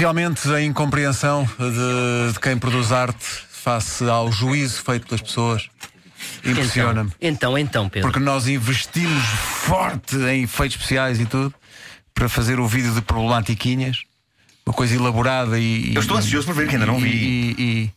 Realmente a incompreensão de, de quem produz arte face ao juízo feito pelas pessoas impressiona-me. Então, então, Pedro. Porque nós investimos forte em efeitos especiais e tudo para fazer o vídeo de problematiquinhas, uma coisa elaborada e. Eu estou e- ansioso por ver, que ainda não e- vi. E, e-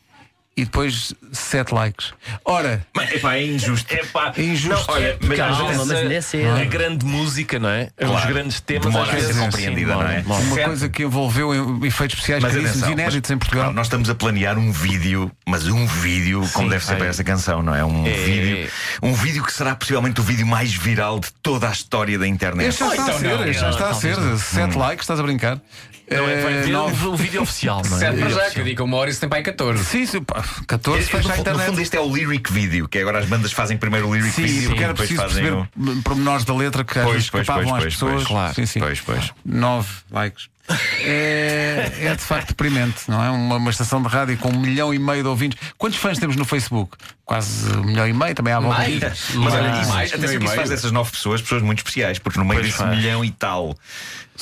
e depois sete likes. Ora, Mas, epá, é injusto. Epá, É injusto. Não, olha, mas Calma, às vezes mas a- ainda é cedo. A grande música, não é? Os Claro. grandes temas Demora às a ser vezes compreendida, Sim, não é? demora, demora. uma certo. coisa que envolveu em- efeitos especiais Mas caríssimos, atenção, inéditos mas- em Portugal. Não, nós estamos a planear um vídeo, mas um vídeo, como Sim, deve ser ai. para esta canção, não é? Um É. vídeo. Um vídeo que será possivelmente o vídeo mais viral de toda a história da internet. Este já está a ser, este já está a ser. Hum. Sete likes, estás a brincar? Não é, vai Eh, ver nove- o vídeo oficial, não é? Certo, O para vídeo já, que oficial. eu digo, uma hora isso tem para aí 14. Sim, sim, pá, 14 Este- fecha a no, fu- no internet. fundo, este é o lyric video, que agora as bandas fazem primeiro o lyric Sim, video porque e era depois preciso fazem perceber o. pormenores da letra que às Pois, vezes pois, escapavam pois, às pois, pessoas. pois, claro. Sim, sim. Pois, pois. Nove likes. É, é de facto deprimente, não é? Uma, uma estação de rádio com um milhão e meio de ouvintes. Quantos fãs temos no Facebook? Quase um milhão e meio, também há volta disso. Mas olha, isso, mais que atenção meio que isso e faz meio. dessas nove pessoas pessoas muito especiais, porque no meio Pois desse faz. milhão e tal,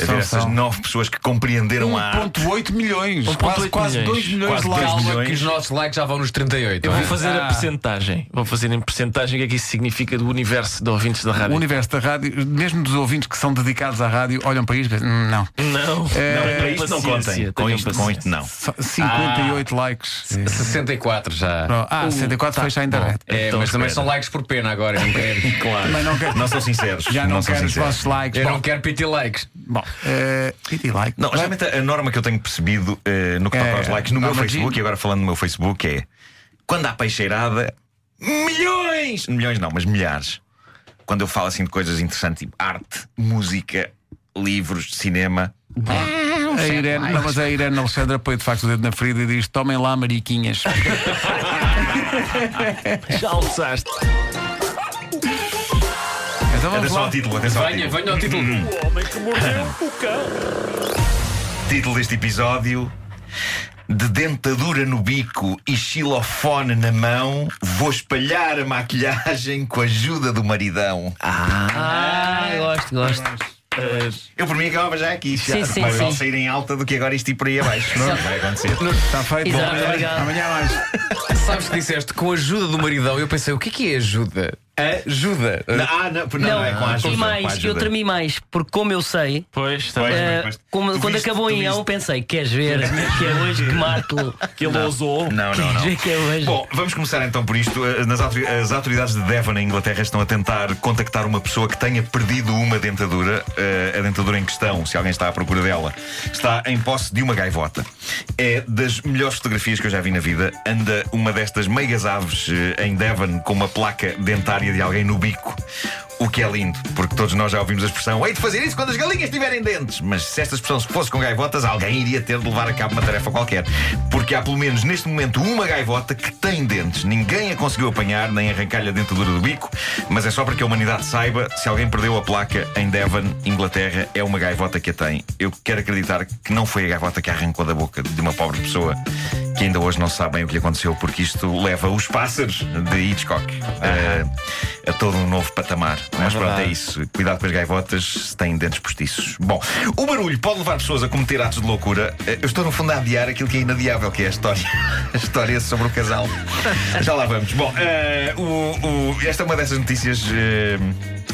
haver essas são. nove pessoas que compreenderam a arte. 1,8 milhões, 1,8 quase, quase milhões. 2 milhões Quase de dois likes. Calma, milhões. que os nossos likes já vão nos 38. Eu vou não é? fazer a percentagem. Vou fazer em percentagem o que é que isso significa do universo de ouvintes da O rádio. universo da rádio, mesmo dos ouvintes que são dedicados à rádio, olham para isto e pensam, "Hum, não. Não, não, Não, é para isto não contem. Com isto, com isto não. Só 58 Ah. likes. Sim. 64 já. Ah, tá. 64 fecha a internet. É, Então mas também espera. são likes por pena agora. eu Não quero, Claro. Mas não quero- Não são sinceros. Já não, são quero os sinceros. vossos likes. eu Bom, não quero pity likes. Bom, eh, e de like. Não, geralmente a norma que eu tenho percebido eh, no que toca É, aos likes no meu norma de- Facebook, e agora falando no meu Facebook, é quando há peixeirada, milhões! Milhões não, mas milhares. Quando eu falo assim de coisas interessantes, tipo arte, música, livros, cinema. a Irene, não, mas a Irene Alexandra põe de facto o dedo na ferida e diz: tomem lá mariquinhas. Já almoçaste. Então vamos Atenção lá. ao título, atenção ao Venha, título. venha ao título. Título deste episódio: De dentadura no bico e xilofone na mão, vou espalhar a maquilhagem com a ajuda do maridão. Ah, gosto, gosto. Eu por mim acabava já aqui. Sim, sim, Mas vale sim. sair em alta do que agora isto ir por aí abaixo. Não é? vai acontecer. Está feito. Exato, Amanhã- obrigado. Amanhã mais. Sabes que disseste com a ajuda do maridão? Eu pensei, o que é que é ajuda? Ajuda. Ah, não, não, Não, é com a ajuda. e com a mais, que eu ajuda. tremi mais, porque como eu sei, Pois, Pois, também. eh, pois, pois. como- Tu quando viste, acabou tu em ão, viste. pensei, queres ver? que é hoje que marco. Que ele ousou. Não, não, Queres não. ver que é hoje? Bom, vamos começar então por isto. Eh, nas autori- As autoridades de Devon, na Inglaterra, estão a tentar contactar uma pessoa que tenha perdido uma dentadura. Eh, a dentadura em questão, se alguém está à procura dela, está em posse de uma gaivota. É das melhores fotografias que eu já vi na vida. Anda uma destas meigas aves eh, em Devon com uma placa dentária de alguém no bico. O que é lindo, porque todos nós já ouvimos a expressão Hei de fazer isso quando as galinhas tiverem dentes Mas se esta expressão se fosse com gaivotas Alguém iria ter de levar a cabo uma tarefa qualquer Porque há pelo menos neste momento uma gaivota que tem dentes Ninguém a conseguiu apanhar nem arrancar-lhe a dentadura do bico Mas é só para que a humanidade saiba Se alguém perdeu a placa em Devon, Inglaterra É uma gaivota que a tem Eu quero acreditar que não foi a gaivota que a arrancou da boca De uma pobre pessoa que ainda hoje não sabem o que lhe aconteceu, porque isto leva os pássaros de Hitchcock eh, a todo um novo patamar. Mas pronto, é isso. Cuidado com as gaivotas se têm dentes postiços. Bom, o barulho pode levar pessoas a cometer atos de loucura. Eh, Eu estou, no fundo, a adiar aquilo que é inadiável, que é a história, a história sobre o casal. Já lá vamos. Bom, eh, o- o- esta é uma dessas notícias. eh,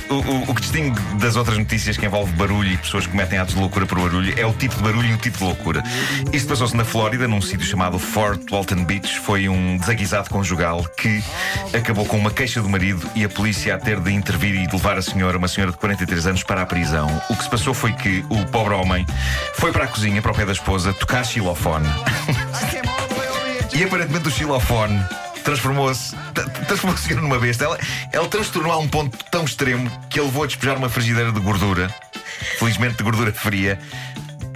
o, o- o que distingue das outras notícias que envolve barulho e pessoas que cometem atos de loucura por barulho é o tipo de barulho e o tipo de loucura. Isto passou-se na Flórida, num sítio chamado Fort Walton Beach. Foi um desaguisado conjugal que acabou com uma queixa do marido e a polícia a ter de intervir e de levar a senhora, uma senhora de 43 anos, para a prisão. O que se passou foi que o pobre homem foi para a cozinha, para o pé da esposa, tocar xilofone. E aparentemente o xilofone transformou-se tra- transformou a senhora numa besta. Ela, ela transtornou a um ponto tão extremo que ele levou a despejar uma frigideira de gordura, felizmente de gordura fria,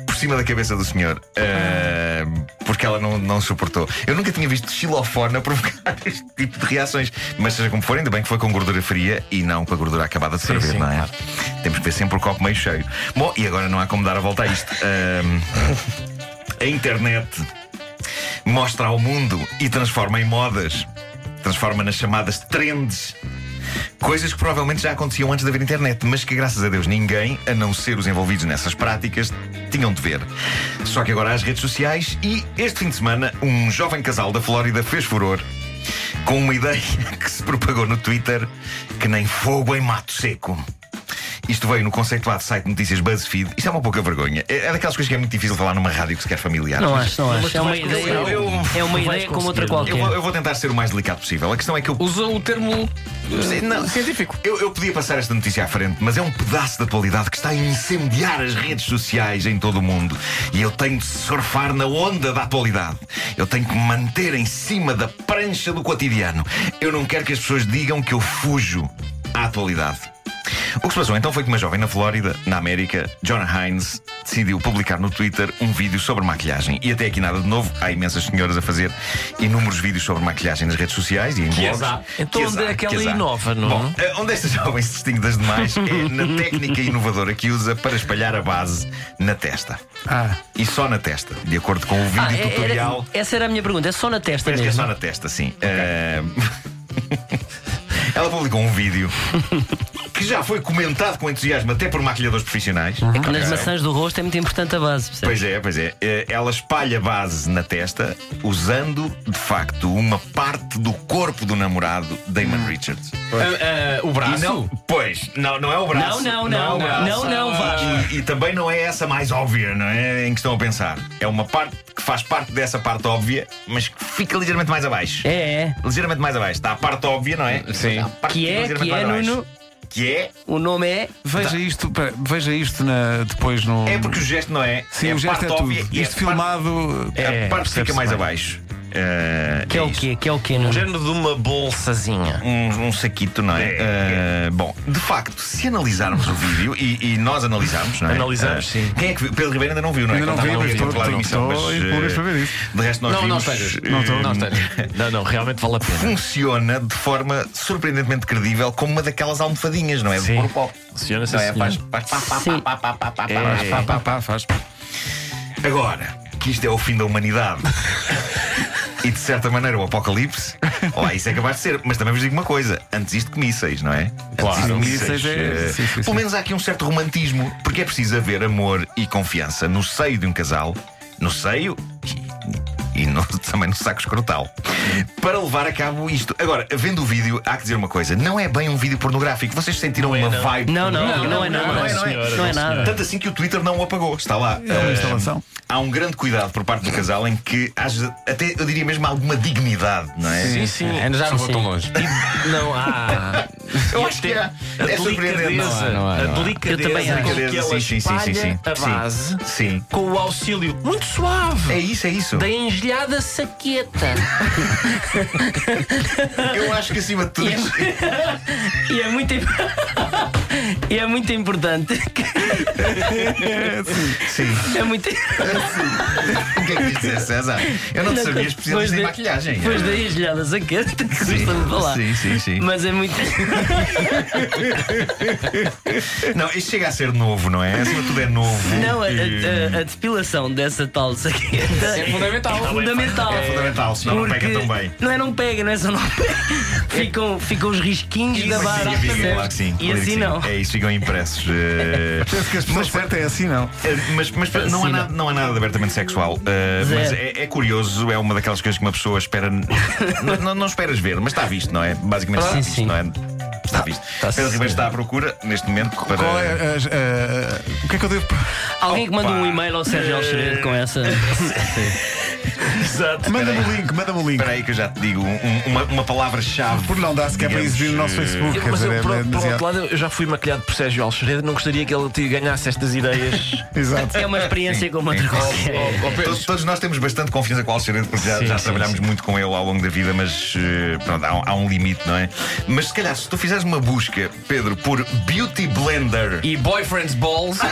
por cima da cabeça do senhor. Ah, porque ela não, não suportou. Eu nunca tinha visto xilofone a provocar este tipo de reações. Mas seja como for, ainda bem que foi com gordura fria e não com a gordura acabada de sorvete, sim, não é? Temos que ver sempre o copo meio cheio. Bom, e agora não há como dar a volta a isto. Ah, a internet mostra ao mundo e transforma em modas. Transforma nas chamadas trends. Coisas que provavelmente já aconteciam antes de haver internet, mas que graças a Deus ninguém, a não ser os envolvidos nessas práticas, Tinham de ver. Só que agora há as redes sociais e este fim de semana um jovem casal da Flórida fez furor com uma ideia que se propagou no Twitter que nem fogo em mato seco. Isto veio no conceituado site de notícias BuzzFeed. Isto é uma pouca vergonha. É é daquelas coisas que é muito difícil falar numa rádio que se quer familiar. Não acho, não acho. É uma vais ideia, conseguir. Eu- é uma vais ideia como outra conseguir. qualquer. Eu vou, eu vou tentar ser o mais delicado possível. A questão é que eu Usou o termo eh, Não. científico. Eu, eu podia passar esta notícia à frente, mas é um pedaço de atualidade que está a incendiar as redes sociais em todo o mundo. E eu tenho de surfar na onda da atualidade. Eu tenho que me manter em cima da prancha do cotidiano. Eu não quero que as pessoas digam que eu fujo à atualidade. O que se passou então foi que uma jovem na Flórida, na América, John Hines, decidiu publicar no Twitter um vídeo sobre maquilhagem. E até aqui nada de novo, há imensas senhoras a fazer inúmeros vídeos sobre maquilhagem nas redes sociais e em blogs. azar. Então Que onde azar, é que ela azar. inova, não? é? Bom, eh, Onde esta jovem se distingue das demais é na técnica inovadora que usa para espalhar a base na testa. Ah. E só na testa, de acordo com o vídeo Ah, é- era- tutorial. essa era a minha pergunta, é só na testa Parece que é mesmo. só na testa, sim. Eh, Ela publicou um vídeo que já foi comentado com entusiasmo até por maquilhadores profissionais. Uhum. É que nas Ok. maçãs do rosto é muito importante a base, percebes? Pois é, pois é. Eh, Ela espalha base na testa usando, de facto, uma parte do corpo do namorado, Hum. Damon Richards. Ah, ah, o E braço. não, pois, não, não é o braço. Não, não, não, é o braço. não, não, vá. E, e também não é essa mais óbvia, não é? Em que estão a pensar. É uma parte que faz parte dessa parte óbvia, mas que fica ligeiramente mais abaixo. É, é. Ligeiramente mais abaixo. Está a parte óbvia, não é? Sim. Há a parte Que é, ligeiramente que é, mais abaixo. Nuno? Que é? O nome é. Veja isto, pera, veja isto na- depois no. Tá. É porque o gesto não é. Hum. Sim, é o a gesto parte é tudo. óbvia. e Isto a parte- filmado. é a parte que fica percebe-se mais bem. abaixo. Eh, Que é o isso. quê? Que é o quê, Nuno? Um Género de uma bolsazinha. um, um saquito, não é? Ah, Bom, de facto, se analisarmos o vídeo e, e nós analisarmos, não é? Analisamos, Ah, sim. Quem é que viu? Pedro Ribeiro ainda não viu, não é? Ainda não Contava vi, há mas bocadinho estou- pela emissão, estou- estou em ah, públicas para ver isso. De resto, nós Não, não vimos. estejas. ah, Não estou. Não estejas. Não, não, realmente vale a pena. Funciona de forma surpreendentemente credível como uma daquelas almofadinhas, não é? Sim. Do corpo. Funciona-se Não é? assim. Faz, faz, pá, pá, Sim. pá, pá, pá, pá, é, pá, Faz, pá, pá, pá, faz. Agora, que isto é o fim da humanidade e de certa maneira o apocalipse, lá isso é capaz de ser. Mas também vos digo uma coisa: antes isto que mísseis, não é? Antes isto que Mísseis é- eh, sim, sim, sim. Pelo menos há aqui um certo romantismo, porque é preciso haver amor e confiança no seio de um casal, no seio e, e no- também no saco escrotal, para levar a cabo isto. Agora, vendo o vídeo, há que dizer uma coisa: não é bem um vídeo pornográfico. Vocês sentiram é, uma vibe Não, não, pornográfica? não, é nada. não é, não é. Não é nada. Tanto assim que o Twitter não o apagou. Está lá. É uma Eh, instalação. Há um grande cuidado por parte do casal em que haja até, eu diria mesmo, alguma dignidade, não é? Sim, sim. Ainda já não Sim, vou tão sim. longe. é, Não há. Eu acho que é, é a surpreendente. delicadeza. Não há, não há, não A há. delicadeza. Eu também com acho. que ela Sim, sim, sim, sim, sim. espalha Sim. A base Sim. com o auxílio muito suave É isso, é isso. da engelhada saqueta. Eu acho que acima de tudo isto, E é muito. im- E é muito importante. Sim. É muito. O que é que dizer, César? Eu não te sabia especialista em da- maquilhagem. é? Depois da engelhada saqueta que Sim. custa de falar. Sim, sim, sim. Mas é muito. Não, isto chega a ser novo, não é? Acima de tudo é novo. Não, a, Eh, a- a- a depilação dessa tal saqueta É fundamental. Tá fundamental. É fundamental, senão não eh, Porque pega tão bem. Não é, não pega, não é só não pega. Ficam, ficam os risquinhos da Sim, barra. sim, percebes? claro que sim, e claro que assim sim. não. É isso, ficam impressos. eh, Penso que as pessoas certas é assim, não. É, Mas, mas não, há nada, não há nada de abertamente sexual. Uh, Zero. mas é, é curioso, é uma daquelas coisas que uma pessoa espera. n- n- não, não esperas ver, mas está visto, não é? Basicamente está Sim, visto, sim. não é? Está visto. Pedro Ribeiro está à procura, neste momento, para. Qual é. as- eh, o que é que eu devo. Alguém que manda Opa. um e-mail ao Sérgio Alxeredo com essa. Exato. Manda-me o link, manda-me o link. Espera aí que eu já te digo um- um- uma, uma palavra-chave. Porque não dá sequer para digamos, exibir no nosso eh, Facebook. quer Mas dizer, eu, é por, por demasiado- outro lado, eu já fui maquilhado por Sérgio Alxeredo, não gostaria que ele te ganhasse estas ideias. Exato. É uma experiência como outra qualquer. Oh, Pedro, Todos, todos nós temos bastante confiança com o Alceredo porque já, Sim, já sim, trabalhámos muito com ele ao longo da vida, mas eh, pronto, há, um- há um limite, não é? Mas se calhar, se tu fizeres uma busca, Pedro, por Beauty Blender. E Boyfriend's Balls.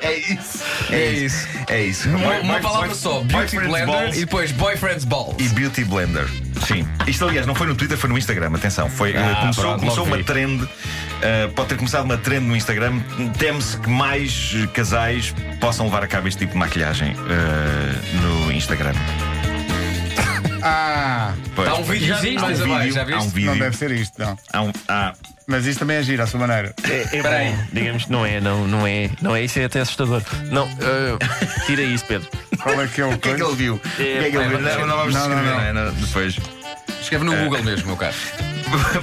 É isso. É isso. É isso. Uma, Boy- uma boy- palavra boy- só. Beauty boyfriend's Blender balls e depois Boyfriend's Balls. e Beauty Blender. Sim. Isto, aliás, não foi no Twitter, foi no Instagram. Atenção. Foi, eh, Ah, começou pronto, começou logo uma vi. trend. eh, pode ter começado uma trend no Instagram. Teme-se que mais eh, casais possam levar a cabo este tipo de maquilhagem eh, no Instagram. Ah, Pois, Há um pois. videozinho Há um mais abaixo, vídeo, já há um viste? não vídeo. deve ser isto, não. Há um. há- Mas isto também é giro, à sua maneira. É, é Espera aí. bom, digamos que não é, não, não é, não é, isso é até assustador. Não, eh, tira isso, Pedro. Qual é que é o O que é que ele viu? O que é que ele viu? Não, não vamos Não, não, descrever, não. não é? Não, Depois. Escreve no Google mesmo, meu caro.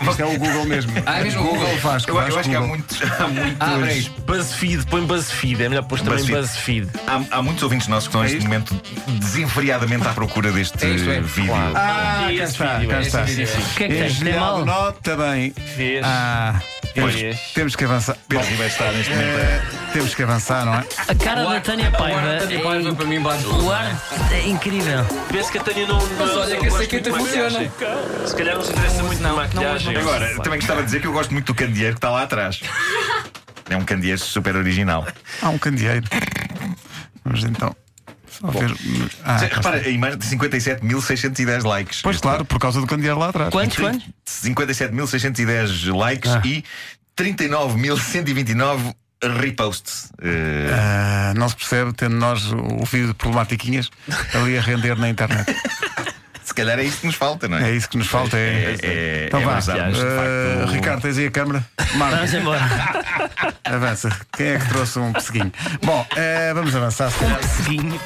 Isto é o Google mesmo. Ah, é mesmo o Google? Vasco, Eu, eu Vasco, acho que é há Google. muitos, há, muitos Ah, peraí. BuzzFeed, põe BuzzFeed, é melhor pôr também BuzzFeed. BuzzFeed. há, há muitos ouvintes nossos que estão neste isto? momento desenfreadamente à procura deste É isto, é. vídeo. Ah, Esse cá está, vídeo, cá esse está. vídeo, sim, sim. O que é que tens? Tem Engelhado, mal? nota bem. Vês. Ah, Pois. temos- temos que avançar. Bom, Pedro Ribeiro está neste momento. eh, temos que avançar, não é? A cara da Tânia O Paiva. ar da Tânia é Paiva in- para mim bate O ar é incrível. Penso que a Tânia não. Mas olha que essa quinta Se calhar não é se interessa muito na maquilhagem. Agora, também gostava de dizer que eu gosto muito do candeeiro que está lá atrás. É um candeeiro super original. Há um candeeiro. Vamos então. Só ver. Ah, Já, cá repara, está. a imagem de 57.610 likes. pois claro, por causa do candeeiro lá atrás. Quantos, quantos? 57.610 likes Ah. e 39.129 reposts. Eh, Ah, não se percebe, tendo nós o vídeo de problematiquinhas ali a render na internet. se calhar é isso que nos falta, não é? É isso que nos falta. É, É- é- então é vá. usarmos, de Ah, facto, o- Ricardo, tens aí a câmara? Vamos Marcos, embora. Ah, avança. Quem é que trouxe um pesseguinho? Bom, eh, vamos avançar. se calhar. Seguinho.